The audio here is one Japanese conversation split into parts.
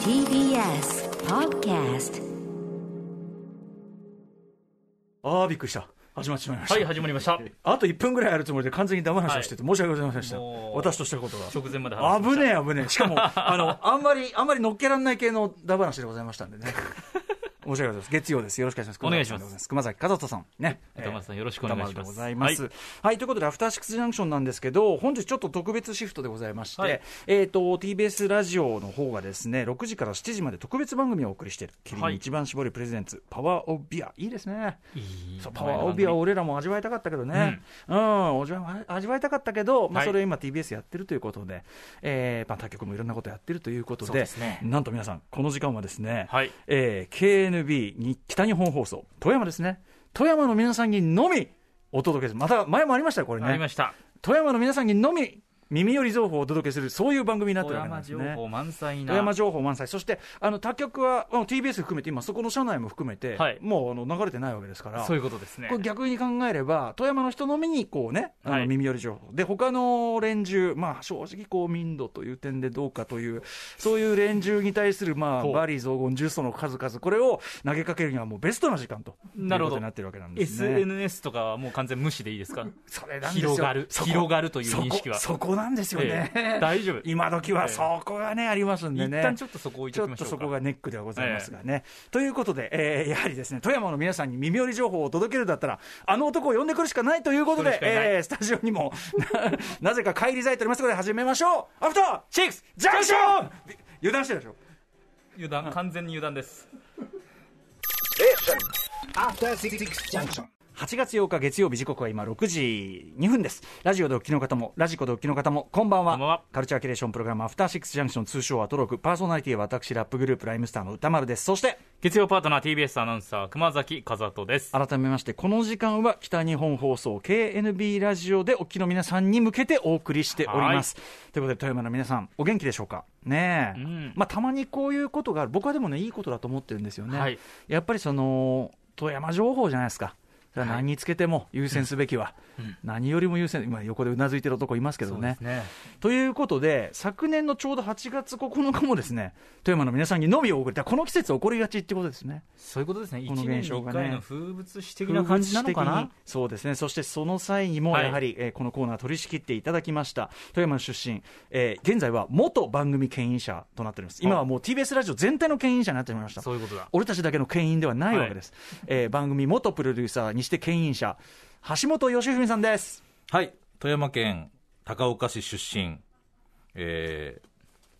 TBS Podcast ああ、びっくりした。始まってしまいました。はい、始まりました。あと1分ぐらいあるつもりで完全にダメ話をしてて、申し訳ございませんでした。 もう私としたことが。直前まで話し危ましたねえ、危ねえ。しかも、 あの、あんまり、あんまり乗っけられない系のダメ話でございました んでね。申し訳ございません。月曜です。よろしくお願いします。お願いしますす。熊崎和人さん。ね。歌丸さんよろしくお歌願丸いしでまごすざいます。は、はいということで、アフターシックスジャンクションなんですけど、本日ちょっと特別シフトでございまして、はいえっ、と、TBS ラジオの方がですね、6時から7時まで特別番組をお送りしている、キリン一番絞りプレゼンツ、パワーオブビア。いいですね。いいそうパワーオビは俺らも味わいたかったけどね、うん味わい味わいたかったけど、まあ、はいそれを今、TBS やってるということで、えーまあ、他局もいろんなことやってるということそうで、ですねなんと皆さん、この時間はですね、はいえー KNB に北日本放送、富山ですね、富山の皆さんにのみお届けする、また前もありましたよ、これありまね、した。富山の皆さんにのみ耳寄り情報をお届けする、そういう番組になって富るわけなん山です情ね。報満載な。富山情報満載、そしてあの他局は、あの TBS 含めて、今、そこの社内も含めて、はいもうあの流れてないわけですから、そういうことですねこ。れ逆に考えれば、富山の人のみにこうね、あはのい耳寄り情報、で他の連中、まあ、正直こう、民度という点でどうかという、そういう連中に対する、まあ、ほうバリー雑言、重曹の数々、これを投げかけるにはもうベストな時間となるほどいうことになってるわけなんですね。 SNS とかはもう完全無視でいいですかそれなんですよ広がる、そこ広がるというそこ認識は。そこなんですよね、ええ大丈夫 今時はそこがね、ありますんで一ね。旦ちょっとそこ置いちておょっきましとょうか。そこがネックではございますがね。ということで、えーやはりですね、富山の皆さんに耳寄り情報を届けるだったら、あの男を呼んでくるしかないということそでれし、かいないえースタジオにも、なな ぜか帰り咲いておりますので、始めましょうアフターシックスジャンクション油断してるでしょ油断、完全に油断です。 8月8日月曜日時刻は今6時2分ですラジオでお聞きの方もラジコでお聞きの方もこんばんはこんばんはカルチャーキュレーションプログラムアフターシックスジャンクション通称アトロクパーソナリティは私ラップグループライムスターの歌丸ですそして月曜パートナー TBS アナウンサー、熊崎和人です。改めましてこの時間は北日本放送 KNB ラジオでお聞きの皆さんに向けてお送りしておりますということで富山の皆さんお元気でしょうかねえ、うんまあ、たまにこういうことがある僕はでもねいいことだと思ってるんですよね、はいやっぱりその富山情報じゃないですかそれは何につけても優先すべきは、何よりも優先、今、横でうなずいてる男いますけどそうでねす。ね。ということで、昨年のちょうど8月9日もですね、富山の皆さんにのみを送りたい、この季節起こりがちってことですね。そういうことですね。一この年現に象一がね回の風物詩的な感じなのか風物詩な的にそうですねそしてその際にもはいやはり、えーこのコーナー取り仕切っていただきました富山の出身、えー現在は元番組牽引者となっております今はもう TBS ラジオ全体の牽引者になってしまいましたそういうことだ。俺たちだけの牽引ではないわけです、えー番組元プロデューサーにして牽引者橋本良文さんですはい、富山県高岡市出身、えー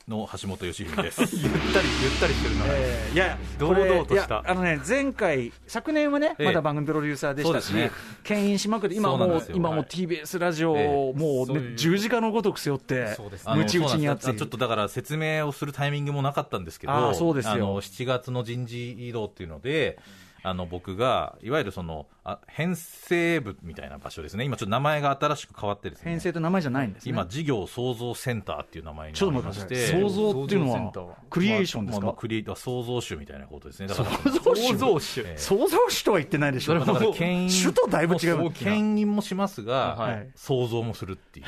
の橋本良文です。 ゆったり、ゆったりしてるな。えーいや堂々ことしたれいやあのね前回昨年はね、ええまだ番組プロデューサーでしたし、そうですね牽引しまくって今はそうなもうんですよ今はいもう TBS ラジオえをもうそうね、いう十字架のごとく背負ってそうですねあのムチ打ちにやっそうてなんですあちょっとだから説明をするタイミングもなかったんですけど、あーそうですよあの7月の人事異動っていうので、あの僕がいわゆるそのあ編成部みたいな場所ですね、今、ちょっと名前が新しく変わってですね、編成と名前じゃないんですね今、事業創造センターっていう名前にちょっとなり待っまてくだしさて、い想像っていうの創造センターははクリエーションですまあまかあクリエイト創造主みたいなことですね、だから。創創造主。えー創造主とは言ってないでしょそれだからもう牽引首都だいぶ違うもう牽引もしますが、はい想像もするっていう、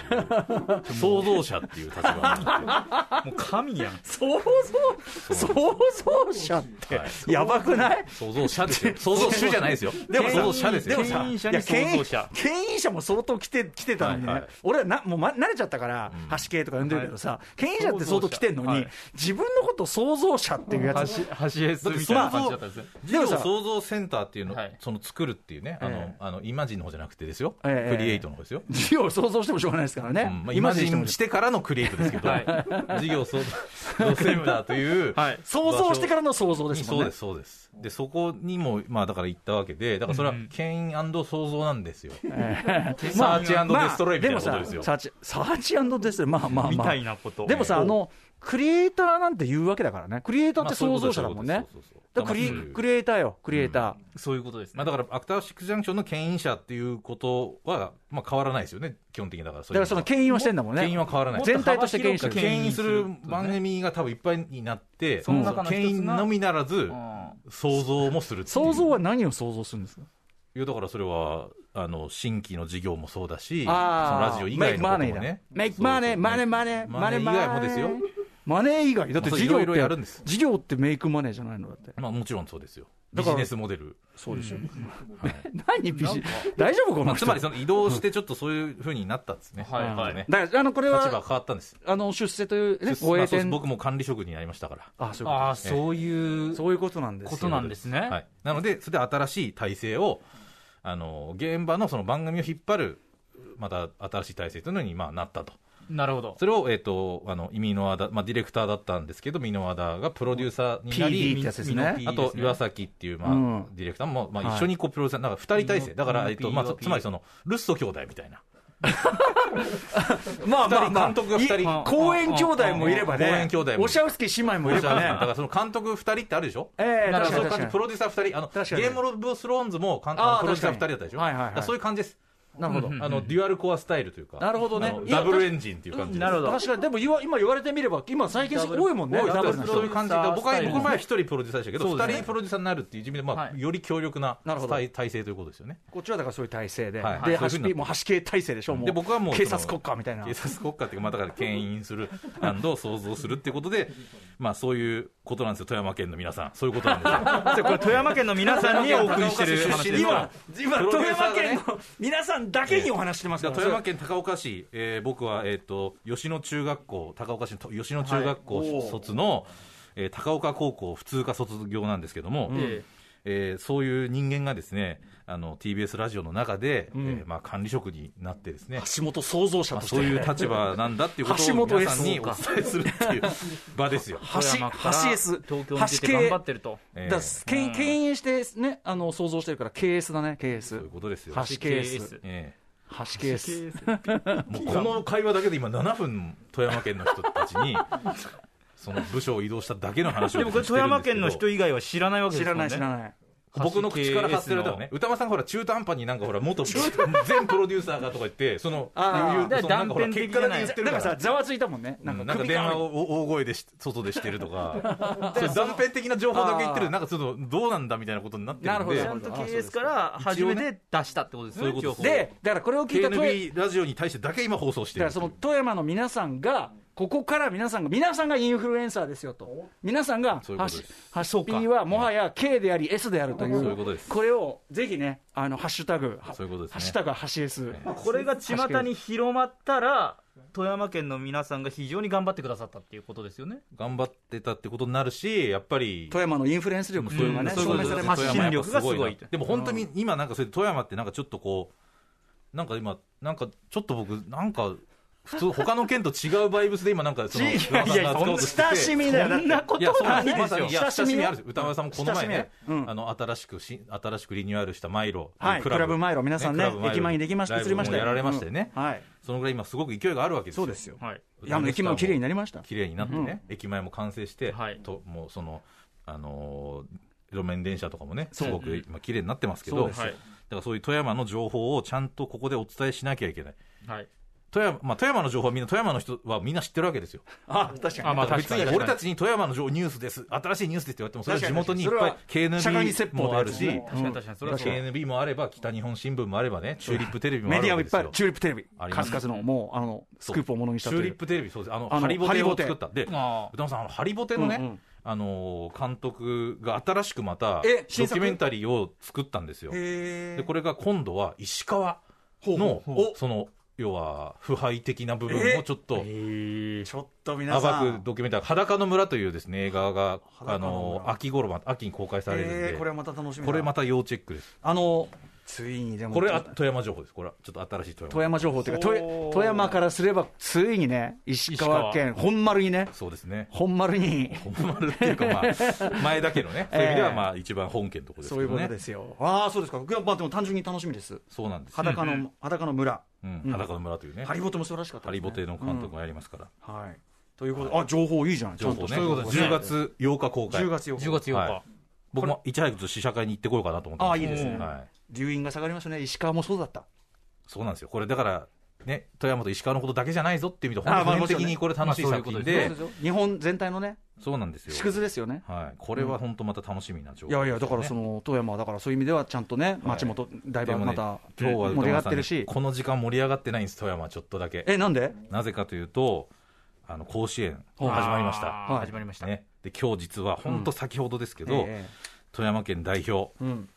創造者っていう立場なんでもう神 やん。創造創造者ってはいやばくない創造者 ですよ、創造主じゃない ですよ、でもさ創造者ですよ、でもさ牽引者いにや牽創造者牽引者も相当来て来てたのにね、はいはい俺はなもう、ま、慣れちゃったから、橋系とか呼んでるけどさ、牽引者って相当来てんのに、はい自分のことを創造者っていうやつ、橋エスみたいな感じだったんですね。事でも業さ創造センターっていうの、はいその作るっていうね、あの、ええあのイマジンの方じゃなくてですよ、ええクリエイトの方ですよ。字を想像してもしょうがないですからね、うんまあ、イマジンしててからのクリエイトですけど、はい事業創造センターという、はい想像してからの想像ですもんそうねです、そうです。で、そこにも、まあ、だから行ったわけで、だからそれはうんうん、牽引創造なんですよ。まあ サーチデストロイみたいなこまとあですよ。もさサーチサーチデストロイまあまあまあみたいなこと。でもさ、ええあのクリエイターなんて言うわけだからねクリエイターってま創あそう造いう者だこともんね、そうそうそうだからクリだからそういうクリエイターよクリエイター、そういうことですね。まあ、だから、アクターシックスジャンクションの牽引者っていうことは、まあ、変わらないですよね、基本的にだからだそうかいう意ら味でそは。の牽引はしてんだもんね牽引は変わらない。全体として牽引してもっとる幅広く牽引する番組が多分いっぱいになって、その中の一つが牽引のみならず、想像もするっていう想像は何を想像するんですかいやだからそれは、あの、新規の事業もそうだし、そのあーラジオ以外のこともね。メイクマネーだ。メイクマネー、マネーマネー、マネー以外もですよ。マネー以外、だってそう事業っいろいろて、やるんです事業ってメイクマネーじゃないのだって。まあもちろんそうですよ。だビからジネスモデル。そうです よ。はい何ビジ大丈夫こまのあ、人。つまりその移動してちょっとそういう風になったんですね。はいはいちょっとねだからあのこれ立場がは変わったんです。あの出世というねす護ま衛あそうです店僕も管理職になりましたから。あそういうああ、ええそういこうとそういうことなんですよことなんですね。はい、なので、それで新しい体制を、あの現場のその番組を引っ張る、また新しい体制というのにまあなったと、なるほど。それを、えっとあのイミノアダ、まあ、ディレクターだったんですけど、ミノアダがプロデューサーにな PD り、ってやつですねミノあ P でとすね岩崎っていう、まあうんディレクターも、まはいあ、一緒にこうプロデューサー、なんか2人体制、だから、ミノえっとまあ、ミノつ P つまりそのルッソ兄弟みたいな、まあまあまあ二人監督が二人い公園兄弟もいればね公園兄弟もオシャウスキー姉妹もいれ だばねからその監督2人ってあるでしょ、ええだだ確からかそにう確いう感じ、かプロデューサー2人、あの確かにゲームオブスローンズもかんああーのプロデューサー確2か人にだったでしょ、はいはいはいだからそういう感じでにす、なるほどうんあのデュアルコアスタイルというか、なるほどねあのいやダブルエンジンっていう感じです。なるほど。確かにでも言わ今言われてみれば今最近多いもんね多いダブルのそうい人う感じでダブル僕はスタイル僕の前は一人プロデューサーでしたけど、そう二ですね人プロデューサーになるっていう意味で、まあはいより強力ななるほど体体制ということですよね。こっちはだからそういう体制で、はいで、はい橋 P もう橋系体制でしょ、もうで僕はもう警その察国家みたいな、警察国家っていうか、まあ、だから牽引する想像するっていうことで、まあ、そういうことなんですよ、富山県の皆さん、そういうことなんですよ。これ富山県の皆さんにお送りして る話です。今、今プロデ富ューサ山ーがね県の皆さんだけにお話してますじゃかあら、富山県高岡市、えー僕は、えー、と吉野中学校、高岡市のと吉野中学はいお校ー卒の、えー高岡高校普通科卒業なんですけども、えええーそういう人間がですねあの TBS ラジオの中で、んえーまあ、管理職になってですね、橋本創造者まあとして、そういう立場なんだっていうこと橋を本皆さんに S お伝えするっていう場で すよ。橋富山から橋 S 東京に出て頑張ってると。えーだそけん牽引して、ね、あの想像してるから、KS だね、うい KS う、ことですよ橋。系 KS え橋 KS、ーもうこの会話だけで今7分富山県の人たちにその部署を移動しただけの話をでもこれして富るん山ですけ県どの人以外は知らないわけで知すらよなね。い、知らない、僕の口から発せられたのね、歌間さんがほら中途半端になんかほら元全プロデューサーがとか言って、そのあー言うだそからのなんかほら断片結的果じゃだないけ言ってるだかからさ、ら。ざわついたもんね、ななんかんか首電か話を大声でし外でしてるとか、それ断片的な情報だけ言ってあーる、なんかちょっとどうなんだみたいなことになってなるるんほでどちゃ、んと KS からそうで初すねめて出したってことですそうねいう、こ情報とですをで、だからこれを聞いた富山 KNB ラジオに対してだけ今放送してだかるらその富山の皆さんが、ここから皆さんが、皆さんがインフルエンサーですよと、皆さんがそういうハことッですシュ P はもはや K であり、S であるといそういうう、ことですこれをぜひね、あのハッシュタグ、ハそういうことですねッシュタグは橋 S、これが巷に広まったら、富山県の皆さんが非常に頑張ってくださったっていうことですよね。頑張ってたってことになるし、やっぱり富山のインフルエンス力というのがね、そういう証こ明されとですま発す信よ力富山がすごいやっぱなでも本当に今なんかそれ富山ってなんかちょっとこうなんか今なんかちょっと僕なんか普通他の県と違うバイブスで今なんかその いやいや、なんか使おうとしてて親しみだよ、そんなこいやとそうはななんいですでしょまさにいや親しみあるんですうん歌丸さんもこの前ね親しみあるうんあの新しくし新しくリニューアルしたマイロはいクラブマイロ皆さんねクラブマイロ駅前にできましたライブ移りましたよもやられましたよねうんはいそのぐらい今すごく勢いがあるわけですそうですよ、はいいやあの駅前も綺麗になりました、綺麗になってね、駅前も完成して、はいともうその、あのー路面電車とかもね、そうすごく今、綺麗になってますけそうど、ですだはいからそういう富山の情報をちゃんとここでお伝えしなきゃいけない。はい富山まあ、富山の情報はみんな富山の人はみんな知ってるわけですよ、あ確かにあまあ確別かにに俺たちに富山の情報ニュースです、新しいニュースですって言われても、それは地元にいっぱい確かにそれは社会に説 KNB 法もっあてるやつねし、確かに確かにそれはそう KNB もあれば、北日本新聞もあればね、チューリップテレビもあメディるアもわいけっですぱいよ、、チューリップテレビ、あります数々のもうあのスクープをものにしチたュというーリップテレビ、そうです、あのあのハリボテハリボをテ作った、で、あー歌丸さん、あのハリボテのね、うんうんあのー監督が新しくまたえドキ新作ュメンタリーを作ったんですよ。へでこれが今度は石川ほうのほうほうその要は腐敗的な部分をちょっとれちょっと皆さ暴くんドキュメンタリー「裸の村」というですね映画が裸の村あのー秋頃ま秋に公開されるんえでーこれはまた楽しみだこれまた要チェックです。あのついにでもこれあ富山情報です。これはちょっと新しい富山。富山情報というかほ富う富山からすればついにね石川県本丸にねそうですね。本丸に本丸っていうかま あ前だけどね。そういう意味でえはえまあ一番本家のところですそうけいうどことねで。すよああそうですかいやまあでも単純に楽しみですそうなんです。裸の裸の村うんうん裸の村というね。ハリボテも素晴らしかったハですリねボテの監督もやりますから。うんはいということであ情報いいじゃんちゃ情んと報ね。そういうことですね10月8日公開。 10月4日10月8日、はい僕もいち早くと試写会に行ってこようかなと思ってますあいいですねはい。留飲が下がりましたね石川もそうだったそうなんですよ。これだから、ね、富山と石川のことだけじゃないぞっていう意味で、あ本まあ当に的にこれ楽しいまあそういう作こと品ですでね、日本全体のねそうなんです縮よ。図ですよねはい。これは本当また楽しみな情報いやいやだからその、の富山はだからそういう意味ではちゃんとね町元だいでぶもまねた今日は盛り上がってるしこの時間盛り上がってないんです、富山はちょっとだけ。えなんでなぜかというと、あの甲子園始まりました、あー始まりました。ね、で今日実は本当先ほどですけど、え富山県代表、えうん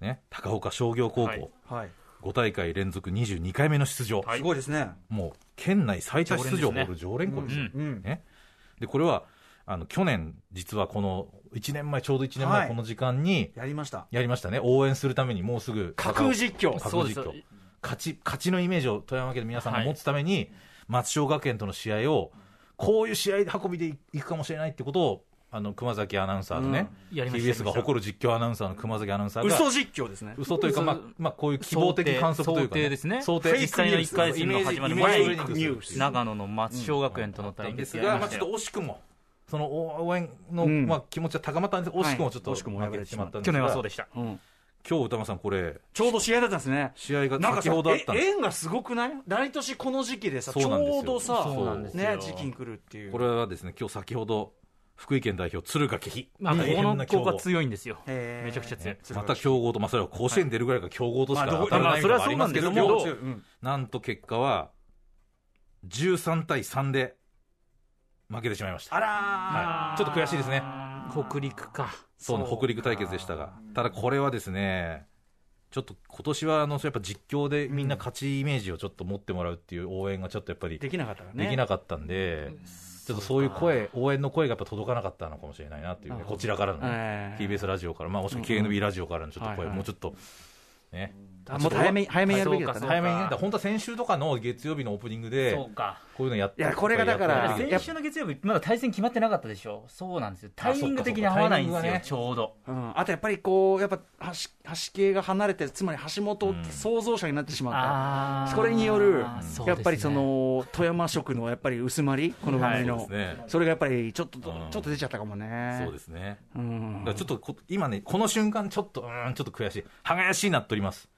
ね、高岡商業高校、はいはい、 5大会連続22回目の出場、はいすごいですね。もう県内最多出場を誇る常連校ですよ、うんうんね、でこれはあの去年、実はこの1年前、ちょうど1年は前、いこの時間にやりました。やりましたね、応援するために、もうすぐ架空実況。架そ空うで実す況勝ち、勝ちのイメージを富山県の皆さんがはい持つために、松商学園との試合を、こういう試合運びでいくかもしれないってことを、あの熊崎アナウンサーのね、うんやりました TBS が誇る実況アナウンサーの熊崎アナウンサーが、嘘実況ですね。嘘というか、嘘まあ、まあ、こういう希望的観測というか、想定ですね。想定実際の1回戦の始まるイメー前ジイメージに、長野の松商学園との対決ですやが、りままあ、しちたょっとよ。惜しくも、そのお応援の、うんまあ、気持ちは高まったんですが、惜しくもちょっとはい惜しくも敗負れけてしてしままっったたん去です年が、はそうでした。うん今日、歌間さん、これ、ちょうど試合だったんですね。試合がなんか先さほどあったんえです縁がすごくない大都市この時期でさ、そうちなんですよょうどさ、そうなんですよね、時期に来るっていう。これはですね、今日先ほど、福井県代表、敦賀気比、まあ、大こ変なの強子豪が強いんですよ。へーめちゃくちゃ強いね。また強豪と、まあ、それは甲子園出るぐらいが強豪としか当たらまあないどこことまあありますけどそれはもそうなんですけど、うんなんと結果は、13対3で負けてしまいました。あらーはいちょっと悔しいですね。北陸か。そうねそう北陸対決でしたが、ただこれはですね、ちょっと今年はあのやっぱ実況でみんな勝ちイメージをちょっと持ってもらうっていう応援がちょっとやっぱりでできなかったからね。きなかったんで、ちょっとそういう声、応援の声がやっぱ届かなかったのかもしれないなっていうね、こちらからのえね、え TBS ラジオから、まあ、もしくは KNB ラジオからのちょっとはい声、はいもうちょっとね、あもっと早めに、早めにやるべきだったそね。うか早めにね、だから本当は先週とかの月曜日のオープニングで、そうか。こういうのやっていやこれがだからやって先週の月曜日、まだ対戦決まってなかったでしょ。そうなんですよ。タイミング的に合わないんですよ、ちょうど。うん、あとやっぱりこう、やっぱ端端系が離れて、つまり橋本って創造者になってしまった。あーこれによるそうですねやっぱりその富山色のやっぱり薄まり、この番組の、はいそうですねそれがやっぱりちょっとちうんょっと出ちゃったかもね。そうですね。うんだからちょっとこ今ね、この瞬間、ちょっと、うーん、ちょっと悔しい。はがやしいなっております。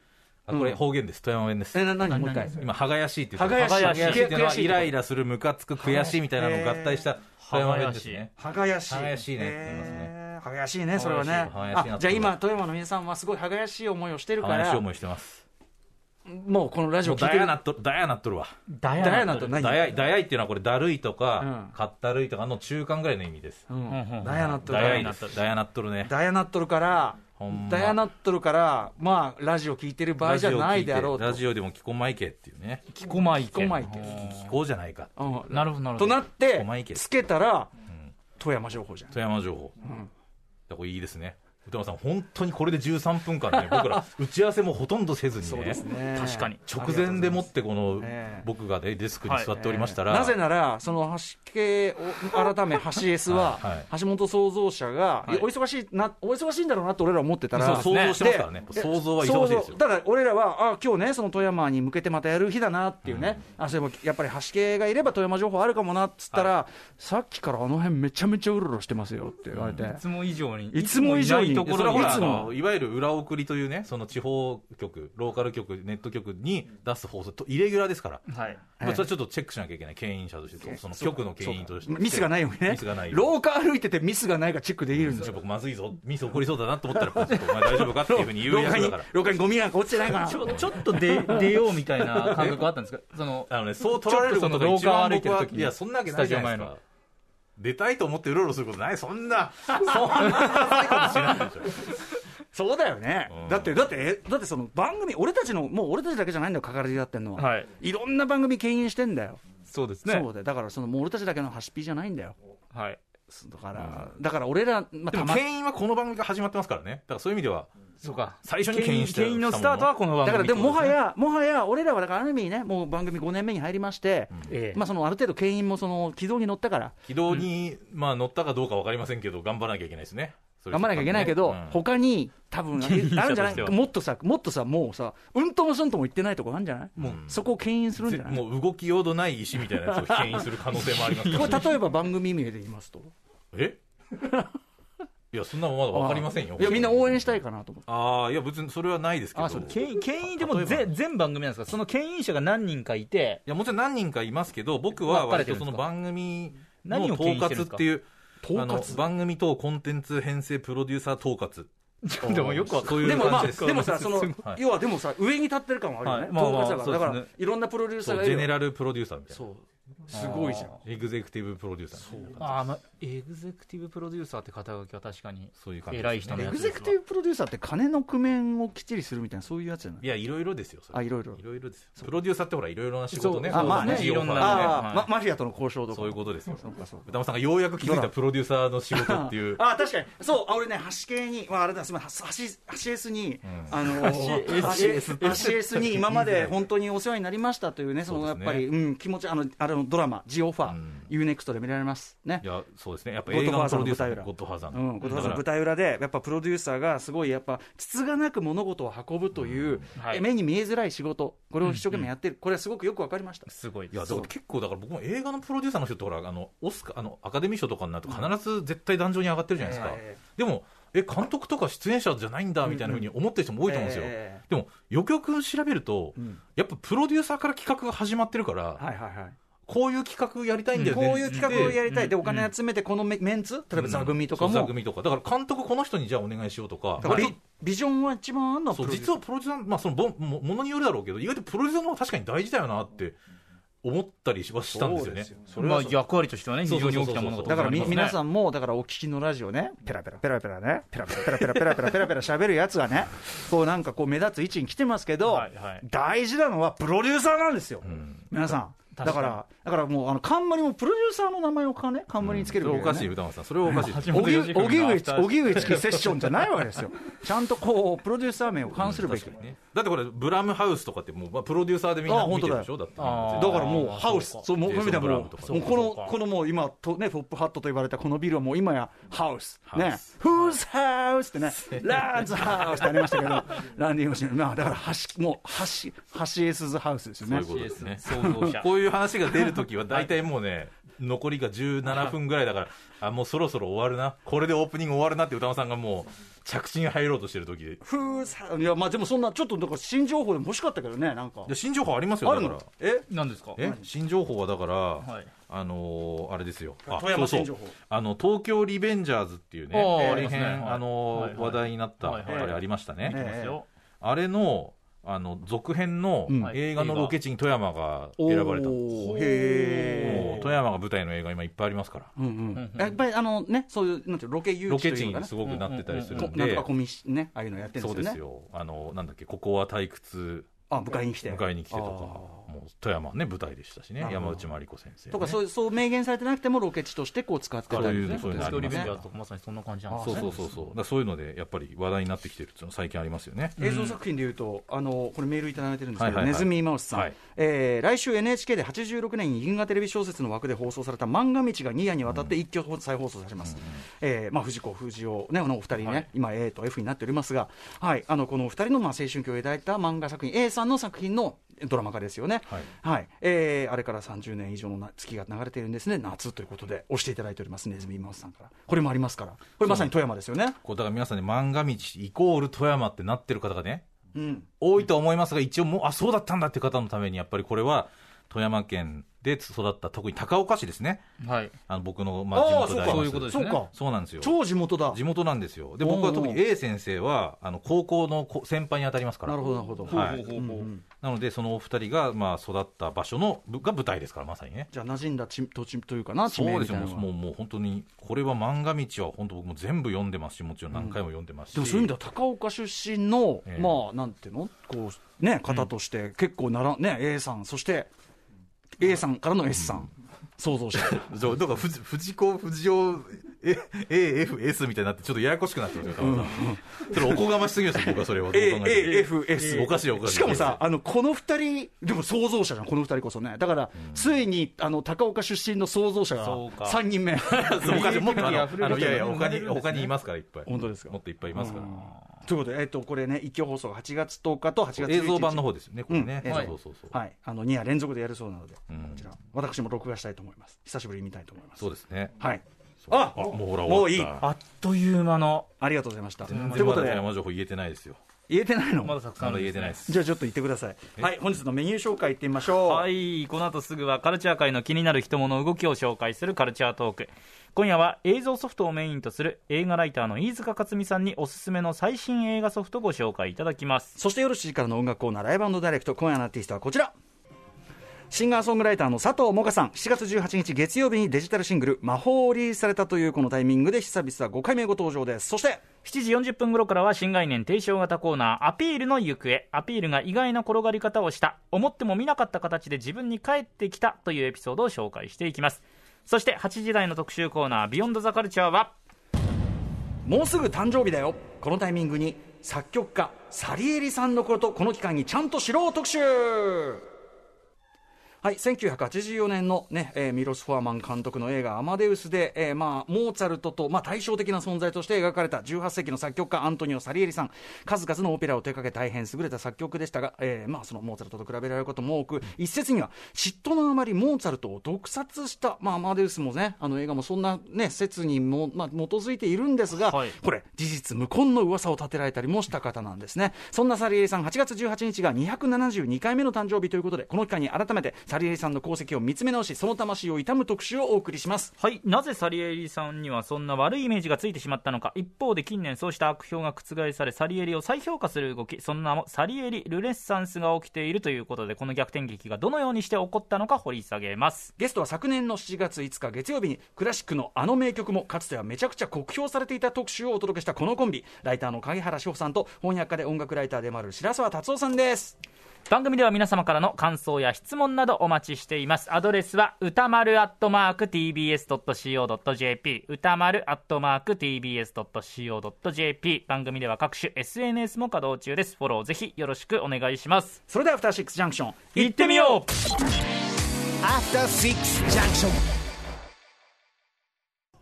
あ、これ方言です。富山弁ですえ。な何もう一回。今、はがやしいって言ってはがやしいはがっていうの悔は、しいイライラする、ムカつく、悔しいみたいなのを合体した富山弁ですね。はがやしい。はがやしいねって言いますねえーはがやしいね、それはね。はがやしいはがやしいなあじゃあ今、富山の皆さんはすごいはがやしい思いをしてるはかがやしいら、思いしてます。もうこのラジオもう聞いダてヤる。なっと、ダヤなっとるわ。ダダヤなんてね。何ダヤイ、ダヤイっていうのはこれ、だるいとうんか、かったるいとかの中間ぐらいの意味です。うんうんうんダヤなっとるダかヤイらで。す。ダヤなっとるね。ダヤなっとるから、ほんまダヤなっとるから、まあ、ラジオ聞いてる場合じゃないであろうと。ラジオでも聞こまいけっていうね。着こまい着こまいて聞こうじゃないか。うんなるほど、なるとほど。なってお前い、けつけたら、富山情報じゃん。富山情報、だからこれいいですね歌間さん本当にこれで13分間 ね僕ら打ち合わせもほとんどせずにねね確かに直前でもってこのええ僕がねデスクに座っておりましたら、なぜなら、その橋系を改め、橋 S ははいはい、橋本創造者が、いやお忙しいな、お忙しいんだろうなって俺ら思ってたら、そう想像してますからねで想像は忙しいです想像よただ俺らは、あ今日ね、その富山に向けてまたやる日だなっていうね、あそういえばやっぱり橋系がいれば富山情報あるかもなっつったら、さっきからあの辺めちゃめちゃうろうろしてますよって言われて、いつも以上に。いつも以上にいないとでこそれろに。はほらいあつものいわゆる裏送りというねその地方局ローカル局ネット局に出す放送とイレギュラーですから、はい。ええまあそれはちょっとチェックしなきゃいけない牽引者としてその局の牽引としてミスがないようにね、ミスがないように廊下歩いててミスがないかチェックできるんですよ。僕まずいぞミス起こりそうだなと思ったらポンとお前大丈夫かっていうふうに言う廊や下つだにから、廊下にゴミなんか落ちてないかなち。ょちょっと出出ようみたいな感覚はあったんですかそのあのね、そう取られることが一ちょっとその廊下番を歩いてる僕は時にいや、そんなわけないじゃないですか。出たいと思ってうろうろすることない、そ んな、そんなダサいことしないでしそうだよね、うんだって、だって、えだってその番組、俺たちの、もう俺たちだけじゃないんだよ、係りだってんのは、はいいろんな番組牽引してんだよ、そうですそうだよだからその、もう俺たちだけの端っぴじゃないんだよ、はいだから、だから俺ら、まあ、ょ。でたも、ま牽引はこの番組が始まってますからね。だからそういう意味では、そうか最初に牽引して牽引のスタートはこの番だ組からでも、もはってや、もはや、俺らはだから、ある意味ね、もう番組5年目に入りまして、ことですねええまあ、そのある程度、牽引もその軌道に乗ったから、軌道に、まあ乗ったかどうかわかりませんけど、頑張らなきゃいけないですね。それ頑張らなきゃいけないけど、うん他に多分あるんじ者とゃなしていはもっとさ、もっとさ、もうさ、うんともすんとも言ってないとこあるんじゃない、もうそこを牽引するんじゃないもう動きようのない石みたいなやつを牽引する可能性もありますかこられ、例えば番組名で言いますと。え いや、そんなもんまだわかりませんよ。いや、みんな応援したい。いかなと思って。ああ、いや、別にそれはないですけど。あそうです牽引牽引でも例えぜ全番組なんですかその牽引者が何人かいていやもちろん何人かいますけど、僕分はかれ割てるとんそですかの番組の何を統牽引してるんで括すっかていう、統括あの番組とコンテンツ編成プロデューサー統括。 でもよくわかん でないそういうもま感あ、じですで もさ、そのは、い要はでもさ、上に立ってる感はあるよね。はいまあまあ統括だから、だそうですねから、いろんなプロデューサそーうがいジェるネよ。ラルプロデューサーみたいな。そう。すごいじゃんエグゼクティブプロデューサーみたいな感ああ、まあ、エグゼクティブプロデューサーって肩書きは確かにじそういう感じですね偉い人のエやつグですわゼクティブプロデューサーって金の工面をきっちりするみたいなそういうやつじゃないいやいろいろですよそれあいろいろいろいろですよプロデューサーってほらいろいろな仕事ねそうあまあね同じようないろんなねねああ、はいまマフィアとの交渉とかそういうことですよそうかそうか歌間さんがようやく気づいたプロデューサーの仕事っていうああ確かにそうあ俺ね橋系に、まあ、あれだすみません橋橋 S に、あ の橋 S 橋橋 S に今まで本当にお世話になりましたというねそのそやうっですねぱりう、ん、気持ちあのあれのドラマ「ジオファーう」ん UNEXT で見られますねいやそうですねやっぱゴッ映ド画ファのープザーロの舞台裏デューサーゴッドファーザーうん、のゴッドファーザーの舞だか台裏でやっぱプロデューサーがすごいやっぱつつがなく物事を運ぶという、はいえ目に見えづらい仕事これを一生懸命やってる、これはすごくよくわかりましたすごいでらいやすだから結構だから僕も映画のプロデューサーの人ってほらあのオスカーあのアカデミー賞とかになると必ず絶対壇上に上がってるじゃないですか、えでもえ監督とか出演者じゃないんだみたいなふうに思ってる人も多いと思うんですよ、えでもよくよく調べると、んやっぱプロデューサーから企画が始まってるから、はいはいはいこういう企画やりたいんだよね、こういう企画をやりたい、うんでお金集めて、このメメンツ、例えば座組とかそう座も、組とかだから監督この人にじゃあお願いしようとかだから割ビビジョンは一番あんのとそう実はプロデューサー、まあ、そのぼもものによるだろうけど意外とプロデューサーの方が確かに大事だよなって思ったりはしたんですよねそれまはあ、役割としてはね、非常に大きなものそうそうそうそうだからみ、皆ん、さんも、だからお聞きのラジオね、ペラペラペラペラね、ペラペラペラペラペラペラペラ喋るやつがね、こうなんかこう目立つ位置に来てますけど、はいはい大事なのはプロデューサーなんですよ、ん皆さん。だ確かかにら、だからもう、あの、冠もプロデューサーの名前をかね、冠につけるそべれおきだよかねしい歌丸さんそれはおかしいです橋本荻良上チ樹君のアフター荻上チキセッションじゃないわけですよ、ちゃんとこうプロデューサー名を冠するべき、確かにねだってこれブラムハウスとかってもう、まあ、プロデューサーでみんな見てるでしょだってあーだからもうあーハウスそう、かそうもうジェイソンみたいなブラウンもとかうもうそうかこそうかのこのもう今とねポップハットと呼ばれたこのビルはもう今やハウスハウね、Who's House ってね、ランズハウスってありましたけど、ランディオシン、まあだから橋もう橋橋エースズハウスですよそうねいう。ことです ね創造者。こういう話が出るときは大体もうね、残りが17分ぐらいだから、あ、もうそろそろ終わるな、これでオープニング終わるなって歌間さんがもう着地に入ろうとしてるときで。 Who's House いやまあでもそんなちょっとなんか新情報でも欲しかったけどねなんかいや。新情報ありますよ、あだるからの。え何ですかえ新情報はだから、いあのーあれですよ、あ富山そう新そう情報あの東京リベンジャーズっていうね、あー大ありますね変、はいあのーはいはい話題になった、はいはいあれありましたね、ねですよあれのあの続編のうん映画のロケ地に富山が選ばれた、おーもへうー富山が舞台の映画、今いっぱいありますから。うんうんやっぱりあのねそういうなんていうのロケ誘ロ致とケい地うかにねすごくなってたりするうんこなんとでか、コミしねああいうのやってるんそうですでよすね。よ、あのなんだっけ、ここは退屈、あ迎えに来て迎えに来てとか、あーもう富山ね、舞台でしたしねな、るほ山ど内まりこ先生ね、とかそういうそう明言されてなくてもロケ地としてこう使ってたりそういうねそういうのあ東京リベりますンねジャーズとかまさにそんな感じなんですそうね。そうそうそう、だからそういうので、やっぱり話題になってきてるっていうの、最近ありますよね。映像作品でいうと、あのこれメールいただいてるんですけど、はいはいはいネズミマウスさん、はいえー来週 NHK で86年に銀河テレビ小説の枠で放送された漫画道が2夜にわたって一挙再放送されます、えーまあ、藤子不二雄、ね、あのお二人ね、はい今 A と F になっておりますが、はい、あのこのお二人のまあ青春期を描いた漫画作品 A さんの作品のドラマ化ですよね、はいはいえーあれから30年以上のな月が流れているんですね夏ということで押していただいておりますネズミマウスさんからこれもありますからこれまさに富山ですよね。こうだから皆さんね、漫画道イコール富山ってなってる方がね、うん多いと思いますが、一応もう、あ、そうだったんだっていう方のために、やっぱりこれは、富山県で育った、特に高岡市ですね、はい。あの僕の、まあ、地元でありますそういうことですねそうかそうなんですよ。超地元だ地元なんですよ。で、僕は特に A 先生は、あの、高校のこ先輩に当たりますから。なるほどなるほど、はほいうほうほうほうなので、そのお二人が、まあ、育った場所の、ぶが舞台ですから、まさにね。じゃあ馴染んだ地土地というかな地そう名でみすたいよ。なものうがもうもう本当に、これは漫画道は本当僕も全部読んでますし、もちろん何回も読んでますし。でもそういう意味では高岡出身の、ええまあなんていうのこうね方として結構なら、ね A さんそして A さんからの S さん、想 像してそうだから藤藤子不二雄 AFS みたいになってちょっとややこしくなってますよ、田中さんそれおこがましすぎますよ僕 はそれを AFS おかしいおかしいしかもさあのこの二人でも創造者じゃんこの二人こそねだから、ついにあの高岡出身の創造者がそうか3人目 そうおかしいもっ とあのいい人あのいやいやいっぱ他いいにるんですね他にいますからいっぱい本当ですかもっといっぱいいますからということで、えっとこれね一挙放送が8月10日と8月11日映像版の方ですよねこれね、うんそうはいそうそうそう、はい、あの2夜連続でやるそうなので、んこちら私も録画したいと思います久しぶりに見たいと思いますそうですねはいそうあもうほらもういい終わったあっという間の、ありがとうございましたと全いう然こまとだで山情報言えてないですよ言えてないの、まだたくさんまあだるんですね言えてないで すじゃあちょっと言ってくださいはい本日のメニュー紹介いってみましょうはい、この後すぐはカルチャー界の気になる人物動きを紹介するカルチャートーク。今夜は映像ソフトをメインとする映画ライターの飯塚克美さんにおすすめの最新映画ソフトをご紹介いただきます。そして夜7時からの音楽コーナーライブダイレクト今夜のアーティストはこちらシンガーソングライターの佐藤萌歌さん、7月18日月曜日にデジタルシングル、魔法をリリースされたというこのタイミングで、久々5回目ご登場です。そして、 7時40分頃からは新概念提唱型コーナーアピールの行方アピールが意外な転がり方をした思っても見なかった形で自分に返ってきたというエピソードを紹介していきますそして8時台の特集コーナービヨンドザカルチャーはもうすぐ誕生日だよこのタイミングに作曲家サリエリさんのことこの期間にちゃんと知ろう特集はい、1984年の、ねえーミロス・フォアマン監督の映画「アマデウスで」えーまあ、モーツァルトと、まあ、対照的な存在として描かれた18世紀の作曲家アントニオ・サリエリさん数々のオペラを手掛け大変優れた作曲でしたが、えーまあ、そのモーツァルトと比べられることも多く一説には嫉妬のあまりモーツァルトを毒殺した、まあ、アマデウスも、ね、あの映画もそんな、ね、説にも、まあ、基づいているんですが、はいこれ、事実無根の噂を立てられたりもした方なんですね。そんなサリエリさん、8月18日が272回目の誕生日ということで、この期間に改めてサリエリさんの功績を見つめ直し、その魂を悼む特集をお送りします。はいなぜサリエリさんにはそんな悪いイメージがついてしまったのか一方で近年そうした悪評が覆されサリエリを再評価する動きその名もサリエリルネッサンスが起きているということでこの逆転劇がどのようにして起こったのか掘り下げますゲストは昨年の7月5日月曜日にクラシックのあの名曲もかつてはめちゃくちゃ酷評されていた特集をお届けしたこのコンビライターの影原志保さんと翻訳家で音楽ライターでもある白澤達夫さんです番組では皆様からの感想や質問などお待ちしていますアドレスは歌丸アットマーク TBS.CO.JP 歌丸アットマーク TBS.CO.JP 番組では各種 SNS も稼働中ですフォローぜひよろしくお願いしますそれでは「アフターシックスジャンクション」いってみよう After Six Junction.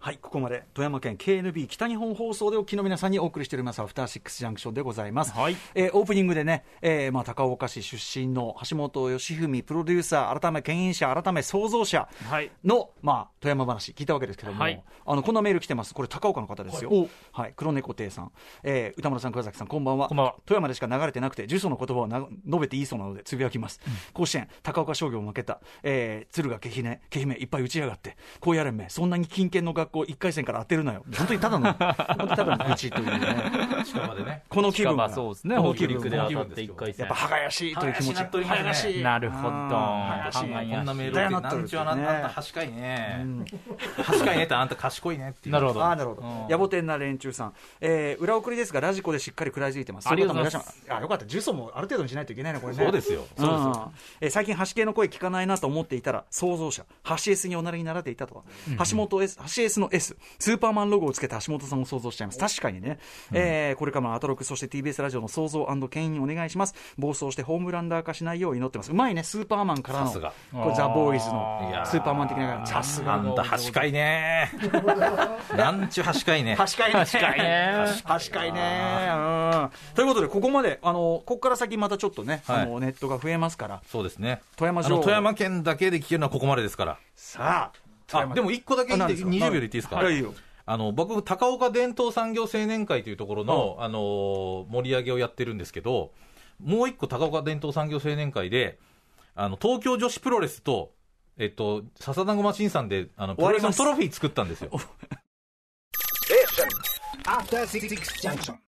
はい、ここまで富山県 KNB 北日本放送でお聞きの皆さんにお送りしております、アフターシックスジャンクションでございます。はいえーオープニングでね、えーまあ、高岡市出身の橋本義文プロデューサー、改め牽引者、改め創造者はいの、まあ、富山話、聞いたわけですけども、はいあのこんなメール来てます、これ、高岡の方ですよ、はい黒猫亭さん、えー歌丸さん、倉崎さん、こんばんはこんばんは富山でしか流れてなくて、重曹の言葉をな述べていいそうなので、つぶやきます、甲子園、高岡商業負けた、えー、敦賀気比ね、気姫いっぱい打ちやがって、こうやれんめ、そんなに近県の学校、1回戦から当てるなよ、本当にただ の、本当にただの愚痴というね、近場でね。この気近分場がそうですねこの北気分陸でや当たって1回戦っぱ、はがやしいという気持ちはがやしなっとりましたはねがやしいなるほどあーはがやしこんなメールをダイナットなんちゅうあなねた、あんた賢いね。賢いねって、あんた賢いねっていう。なるほどああーなるほど野暮天な連中さん、えー裏送りですがラジコでしっかり食らいついてますありがとうございますそうう方もらっしゃあよかった重曹もある程度にしないといけないねこれねそうですよ。うんえー最近、橋系の声聞かないなと思っていたら、創造者、橋 S におなりに習っていたとは、橋本 S、橋 S の S、スーパーマンロゴをつけた橋本さんを想像しちゃいます、確かにね、えーこれからもアトロク、そして TBS ラジオの創造牽引お願いします、暴走してホームランダー化しないよう祈ってます、うまいね、スーパーマンからの、さすこがれザ・ボーイズいのやースーパーマン的な、さすあがんた賢 いね。なんちゅう賢いね。確かにね。確かにねかにね。うんということで、ここまで、あの、ここから先またちょっとね、はいあの、ネットが増えますから、そうですね。富山あ城の富山県だけで聞けるのはここまでですから。さあ、あでも一個だけあ言何ってですか20秒で言っていいですか、はいいいよあの僕、高岡伝統産業青年会というところの、あのー盛り上げをやってるんですけど、もう一個、高岡伝統産業青年会で、あの東京女子プロレスと、えっと、笹田駒慎さんであのプ終わりロレスまのすトロフィー作ったんですよ。 After Six Junction.